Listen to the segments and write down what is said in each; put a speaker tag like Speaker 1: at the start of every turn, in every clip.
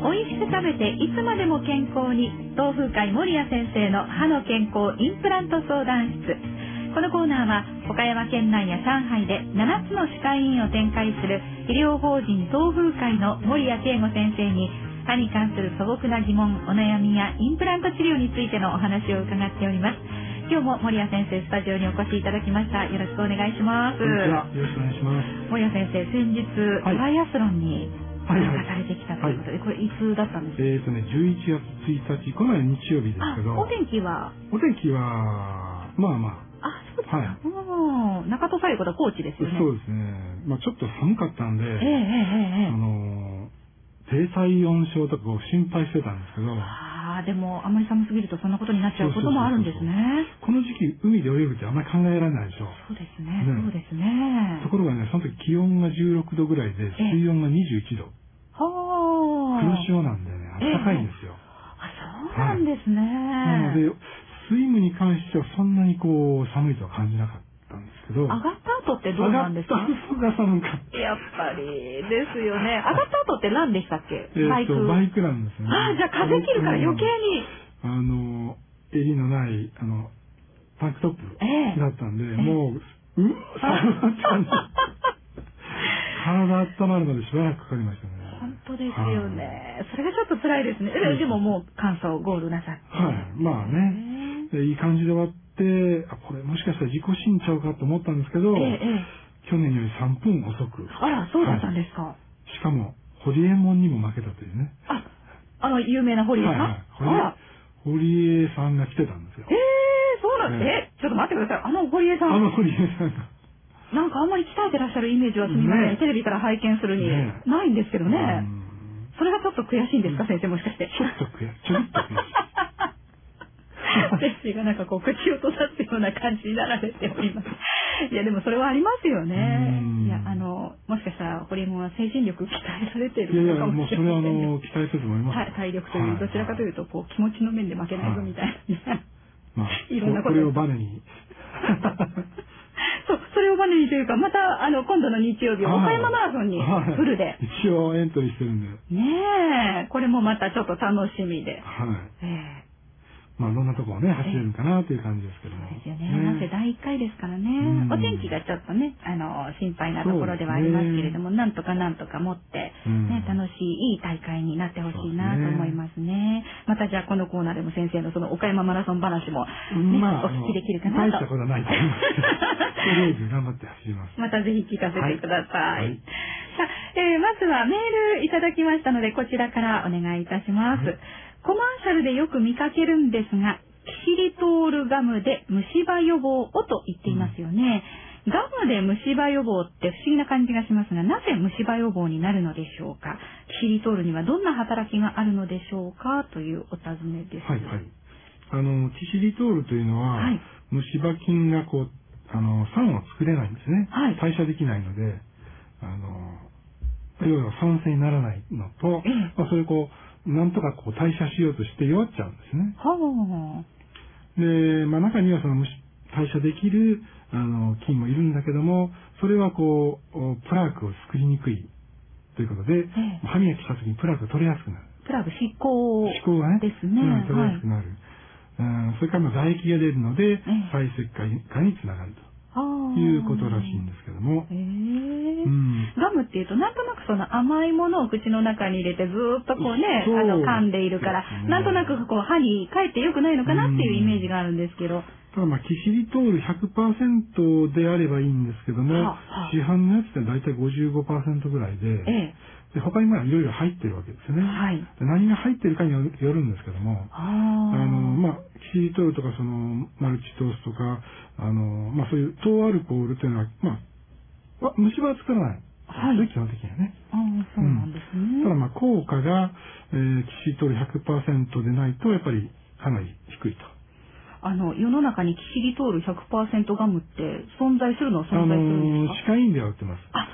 Speaker 1: 美味しく食べていつまでも健康に東風会守屋先生の歯の健康インプラント相談室このコーナーは岡山県内や上海で7つの歯科医院を展開する医療法人東風会の守屋圭吾先生に歯に関する素朴な疑問お悩みやインプラント治療についてのお話を伺っております今日も守屋先生スタジオにお越しいただきましたよろしくお願いします
Speaker 2: こんにちは。よろしくお願いします。
Speaker 1: 森谷先生先日ト
Speaker 2: はい
Speaker 1: ライアスロンに
Speaker 2: は
Speaker 1: 参
Speaker 2: いは
Speaker 1: 加
Speaker 2: い
Speaker 1: されてきたということで、これいつだったんですか
Speaker 2: えっ、とね、11月1日、この前日曜日です
Speaker 1: あ
Speaker 2: けど、
Speaker 1: お天気は
Speaker 2: お天気は、まあまあ、
Speaker 1: あそうですか、
Speaker 2: はい
Speaker 1: もう中戸さゆ子とは高知です
Speaker 2: そう
Speaker 1: よね
Speaker 2: ですね。まあちょっと寒かったんで、
Speaker 1: ええええええ
Speaker 2: あのー、低体温症とかを心配してたんですけど、
Speaker 1: ああでもあまり寒すぎるとそんなことになっちゃうこともあるんですね
Speaker 2: この時期海で泳ぐってあんまり考えられないでしょ。
Speaker 1: そうですね
Speaker 2: ね
Speaker 1: そうですね
Speaker 2: ところがね、その時気温が16度ぐらい
Speaker 1: え
Speaker 2: で、
Speaker 1: え
Speaker 2: 水温が21度。
Speaker 1: はあ
Speaker 2: 黒潮なんでね、暖かいんですよ。
Speaker 1: あそうなんですね、
Speaker 2: なので、スイムに関してはそんなにこう、寒いとは感じなかったんですけ
Speaker 1: 上
Speaker 2: ど、
Speaker 1: がった後ってどうなんですか
Speaker 2: 上がった服が寒かった。
Speaker 1: やっぱりですよね上がった後って何でしたっけ
Speaker 2: えー
Speaker 1: バイク
Speaker 2: とバイクなんですよね。
Speaker 1: ああ、じゃあ風切るから余計に。
Speaker 2: あの、襟のない、あの、タンクトップ
Speaker 1: ええ
Speaker 2: だったんで、
Speaker 1: え
Speaker 2: もう、うっ、寒かっ たんで。体温まるまでしばらくかかりましたね。
Speaker 1: 本当ですよね。それがちょっと辛いですね。えでももう感想ゴールなさって。
Speaker 2: はい。はい、まあね。
Speaker 1: ね
Speaker 2: でいい感じで終わって、あ、これもしかしたら自己死んちゃうかと思ったんですけど、
Speaker 1: ええええ
Speaker 2: 去年より3分遅く。
Speaker 1: あら、そうだったん
Speaker 2: はい
Speaker 1: ですか。
Speaker 2: しかも、ホリエモンにも負けたというね。
Speaker 1: あ、あの、有名な堀江さん、
Speaker 2: はい
Speaker 1: あ
Speaker 2: は
Speaker 1: ら、
Speaker 2: い、堀江堀江さんが来てたんですよ
Speaker 1: え。えそうなん、え、
Speaker 2: ね
Speaker 1: ちょっと待ってください。あの堀江さ
Speaker 2: あ
Speaker 1: ん、
Speaker 2: の堀江さんが。
Speaker 1: なんかあんまり鍛えてらっしゃるイメージはすみません。
Speaker 2: ね
Speaker 1: テレビから拝見するに、
Speaker 2: ね
Speaker 1: ないんですけど
Speaker 2: う
Speaker 1: ね。
Speaker 2: ん
Speaker 1: それがちょっと悔しいんですか、先生もしかして。
Speaker 2: ちょっと悔しい。ちょっと悔しい。
Speaker 1: 先生がなんかこう口を閉ざすような感じになられております。いやでもそれはありますよね
Speaker 2: う。ん
Speaker 1: いやあのもしかしたらホリエモンは精神力鍛えられ て
Speaker 2: いやい
Speaker 1: るの
Speaker 2: や、
Speaker 1: か
Speaker 2: も
Speaker 1: も
Speaker 2: う
Speaker 1: し
Speaker 2: そ
Speaker 1: れ
Speaker 2: れはあ
Speaker 1: ませんね。
Speaker 2: の、期待せずもいます。
Speaker 1: はい体力というよりどちらかという
Speaker 2: と。
Speaker 1: とこう気持ちの面で負けないぞ
Speaker 2: はい
Speaker 1: み たいな、
Speaker 2: まあ、
Speaker 1: いろんなこ
Speaker 2: ことれをバネに。
Speaker 1: そうそれをバネにというかまたあの今度の日曜日は 岡山マラソンに
Speaker 2: はい
Speaker 1: フルで、
Speaker 2: 一応エントリーしてるんで。はい。
Speaker 1: ねえこれもまたちょっと楽しみで、ええ
Speaker 2: まあ、どんなとこをね、走れるかなという感じですけど
Speaker 1: そう
Speaker 2: も。
Speaker 1: ですよね。なんせ第1回ですからね。
Speaker 2: うん
Speaker 1: お天気がちょっとね、あの、心配なところではありますけれども、なんとかなんとか持って、
Speaker 2: うん
Speaker 1: ね、楽しい、いい大会になってほしいなと思いますね。またじゃあこのコーナーでも先生のその岡山マラソン話も、ね
Speaker 2: まあ、
Speaker 1: お
Speaker 2: あの
Speaker 1: 聞きできるか
Speaker 2: 大
Speaker 1: な
Speaker 2: した
Speaker 1: と
Speaker 2: こ。とはないと思いますけど。 とりあえず頑張って走ります。
Speaker 1: またぜひ聞かせてください。
Speaker 2: はいはい
Speaker 1: さあ、えーまずはメールいただきましたので、こちらからお願いいたします。
Speaker 2: はい
Speaker 1: コマーシャルでよく見かけるんですが、キシリトールガムで虫歯予防をと言っていますよね。ガムで虫歯予防って不思議な感じがしますが、なぜ虫歯予防になるのでしょうかキシリトールにはどんな働きがあるのでしょうかというお尋ねです。
Speaker 2: はいはい。あの、キシリトールというのは、
Speaker 1: はい
Speaker 2: 虫歯菌がこう、あの、酸を作れないんですね。
Speaker 1: はい
Speaker 2: 代謝できないので、あの、要は酸性にならないのと、
Speaker 1: ええ
Speaker 2: まあ、それをこう、なんとかこう代謝しようとして弱っちゃうんですね。
Speaker 1: はあ。
Speaker 2: で、まあ、中にはその虫、代謝できる、あの、菌もいるんだけども、それはこう、おプラークを作りにくいということで、
Speaker 1: ええ
Speaker 2: 歯磨きした時にプラークが取れやすくなる。
Speaker 1: プラグ執行
Speaker 2: 思考がね、
Speaker 1: ですね。
Speaker 2: うん取
Speaker 1: は
Speaker 2: りや
Speaker 1: い
Speaker 2: すく。なる。うん、それからまあ唾液が出るので、
Speaker 1: え
Speaker 2: 再石化につながる
Speaker 1: は
Speaker 2: と
Speaker 1: あ
Speaker 2: いうことらしいんですけども
Speaker 1: へ。え
Speaker 2: うん
Speaker 1: ガムっていうとなんとなくその甘いものを口の中に入れてずーっとこうね
Speaker 2: そう
Speaker 1: あの噛んでいるから、
Speaker 2: ですね
Speaker 1: なんとなくこう歯にかえって良くないのかなっていうイメージがあるんですけど、
Speaker 2: ただまあ、キシリトール100%であればいいんですけども
Speaker 1: はあはあ、
Speaker 2: 市販のやつって大体55%ぐらいで、
Speaker 1: ええ
Speaker 2: で他にまあいろいろ入ってるわけですよね。
Speaker 1: はい
Speaker 2: で何が入ってるかによるよるんですけども、
Speaker 1: あ
Speaker 2: あ
Speaker 1: ー
Speaker 2: の、まあ、キシリトールとか、その、マルチトースとか、あの、まあ、そういう糖アルコールというのは、まあ、わ虫歯は作らない。
Speaker 1: はい
Speaker 2: それ基本的にはね。
Speaker 1: あーそうなんですね、
Speaker 2: ただ、まあ、効果が、えー、キシリトール100%でないと、やっぱりかなり低いと。
Speaker 1: あの世の中にキシリトール100%ガムって存在するのは
Speaker 2: あ
Speaker 1: 存在するん
Speaker 2: の
Speaker 1: ですか
Speaker 2: 歯科医院では売ってます。
Speaker 1: あ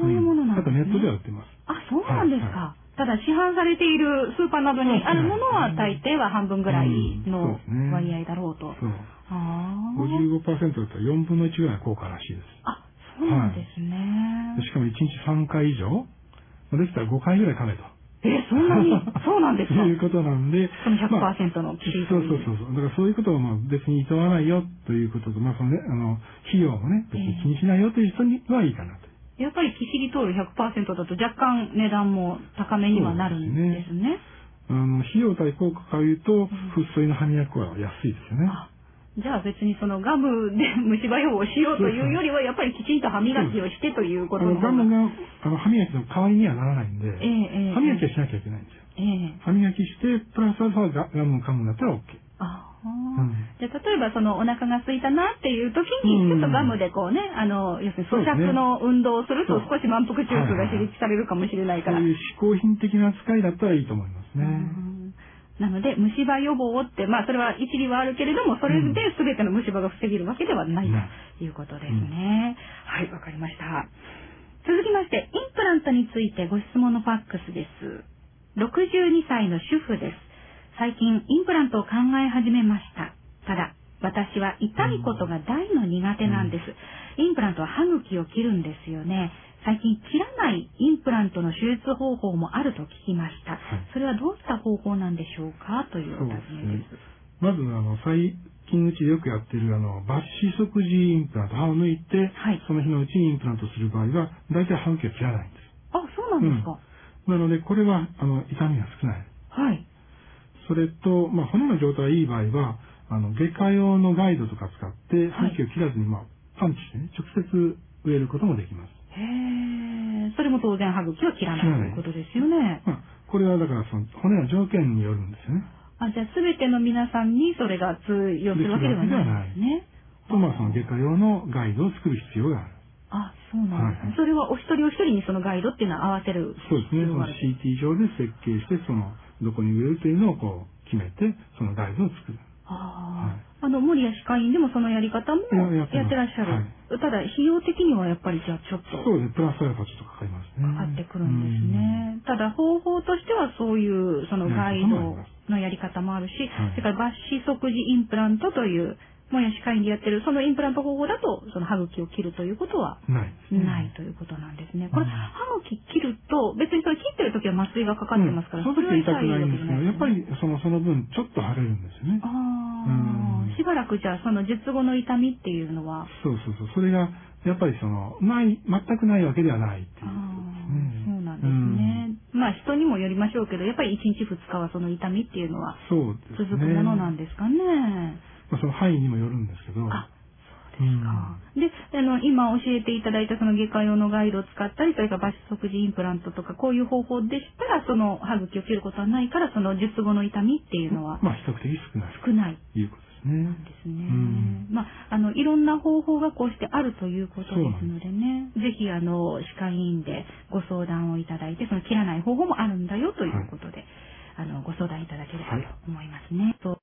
Speaker 1: そういうものなんですね、
Speaker 2: うんあとネットでは売ってます。
Speaker 1: あそうなんです
Speaker 2: はいは
Speaker 1: か、ただ市販されているスーパーなどにあるものは大抵は半分ぐらい
Speaker 2: うん
Speaker 1: の
Speaker 2: そうですね
Speaker 1: 割合だろうと、
Speaker 2: そう。
Speaker 1: あー
Speaker 2: 55%だったら4分の1ぐらいの効果らしいです。
Speaker 1: あ、そうなんですね。
Speaker 2: でしかも1日3回以上、できたら5回ぐらい噛めと。
Speaker 1: え、そんなに、 そうなんです
Speaker 2: と
Speaker 1: か
Speaker 2: いうことなんで、
Speaker 1: その
Speaker 2: まあ
Speaker 1: 100%のシーズ
Speaker 2: そ
Speaker 1: ン
Speaker 2: うそうそうそう。だからそういうことをまあ別に厭わないよということと、まあそのね、あの、費用もね、別に気にしないよという人にはいいかなと。
Speaker 1: やっぱりキシリトール100%だと若干値段も高めにはなるんですね。
Speaker 2: あの、費用対効果から言うと、フッ素入りの歯磨き粉は安いですよね。
Speaker 1: あじゃあ別にそのガムで虫歯予防をしようというよりはやっぱりきちんと歯磨きをしてという
Speaker 2: あ
Speaker 1: ことの
Speaker 2: の、ガ
Speaker 1: 方
Speaker 2: ム
Speaker 1: が。
Speaker 2: が、あの、歯磨きの代わりにはならないんで、
Speaker 1: ええええ
Speaker 2: 歯磨きはしなきゃいけないんですよ。
Speaker 1: ええ。
Speaker 2: 歯磨きして、プラスアルファガガムを噛むんだったら OK。
Speaker 1: ああ
Speaker 2: うん
Speaker 1: じゃあ例えばそのお腹が空いたなっていう時にちょっとガムでこうね、あの、要するに咀嚼の運動をすると
Speaker 2: そう
Speaker 1: 少し満腹中枢が刺激されるかもしれないか
Speaker 2: そ
Speaker 1: ら。
Speaker 2: ういう嗜好品的な扱いだったらいいと思いますね。
Speaker 1: うんなので虫歯予防って、まあそれは一理はあるけれども、それで全ての虫歯が防げるわけではないということですね。はい、わかりました。続きまして、インプラントについてご質問のファックスです。62歳の主婦です。最近インプラントを考え始めました。ただ、私は痛いことが大の苦手なんです。インプラントは歯茎を切るんですよね。最近切らないインプラントの手術方法もあると聞きました。それはどうした方法なんでしょうかというお尋ねです。
Speaker 2: まず、あの、最近うちでよくやってる、あの、抜歯即時インプラント、歯を抜いて、
Speaker 1: はい
Speaker 2: その日のうちにインプラントする場合は、大体歯抜きは切らないんで
Speaker 1: あ、そうなんですか。
Speaker 2: す。なので、これは、あの、痛みが少ない。
Speaker 1: はい。
Speaker 2: それと、まあ、骨の状態がいい場合は、あの、外科用のガイドとか使っ
Speaker 1: は
Speaker 2: て、
Speaker 1: い
Speaker 2: 歯茎を切らずに、まあ、パンチしてね、直接植えることもできます。
Speaker 1: へえ。それも当然歯茎は切らない
Speaker 2: 切らない
Speaker 1: ということですよね。
Speaker 2: まあ、これはだから、その、骨の条件によるんですよね。
Speaker 1: あ、じゃあ全ての皆さんにそれが通用するわけではないんですね。
Speaker 2: と、まあ、その外科用のガイドを作る必要がある。
Speaker 1: あ、そうなんですね。
Speaker 2: はい
Speaker 1: それはお一人お一人にそのガイドっていうのは合わせる
Speaker 2: そうですね。
Speaker 1: 必要
Speaker 2: その
Speaker 1: がある
Speaker 2: CT 上で設計して、その、どこに植えるというのをこう、決めて、そのガイドを作る。
Speaker 1: ああ、あの、森谷歯科医院でもそのやり方も
Speaker 2: いや
Speaker 1: や
Speaker 2: や
Speaker 1: っ
Speaker 2: っててます
Speaker 1: らっしゃる。ただ、費用的にはやっぱりじゃあちょっと。
Speaker 2: そうですね。プラスアルファちょっとかかりますね。
Speaker 1: かかってくるんですね。ただ方法としてはそういうそのガイドのやり方もあるし、
Speaker 2: はい
Speaker 1: それから抜歯即時インプラントという、もやし会議でやってるそのインプラント方法だと、その歯茎を切るということは
Speaker 2: うん。ないですね。
Speaker 1: ないということなんですね。これ、
Speaker 2: うん
Speaker 1: 歯茎切ると、別にそれ切ってる時は麻酔がかかってますから、
Speaker 2: うんその時は痛くないんですけど、やっぱ
Speaker 1: り。
Speaker 2: りその、その分、ちょっと腫れるんですよね
Speaker 1: あ。
Speaker 2: う
Speaker 1: あ
Speaker 2: ん、
Speaker 1: しばらくじゃあその術後の痛みっていうのは、
Speaker 2: そうそうそう。それが、やっぱりその、ない、全くないわけではないっていう
Speaker 1: あ
Speaker 2: ことです
Speaker 1: ー
Speaker 2: ね。
Speaker 1: そうなんですね。まあ人にもよりましょうけど、やっぱり1日2日はその痛みっていうのは
Speaker 2: うん。そうですね。
Speaker 1: 続くものなんですかね。
Speaker 2: まあその範囲にもよるんですけど。
Speaker 1: あ
Speaker 2: そうです
Speaker 1: で、あの、今教えていただいたその外科用のガイドを使ったり、それから抜歯即時インプラントとか、こういう方法でしたら、その歯茎を切ることはないから、その術後の痛みっていうのは
Speaker 2: まあ、比較的少ない
Speaker 1: 少ない
Speaker 2: ということですね。
Speaker 1: んですね。
Speaker 2: ん
Speaker 1: まあ、あの、いろんな方法がこうしてあるということですのでね、ぜひ、あの、歯科医院でご相談をいただいて、その切らない方法もあるんだよということで、あの、ご相談いただければと思いますね。と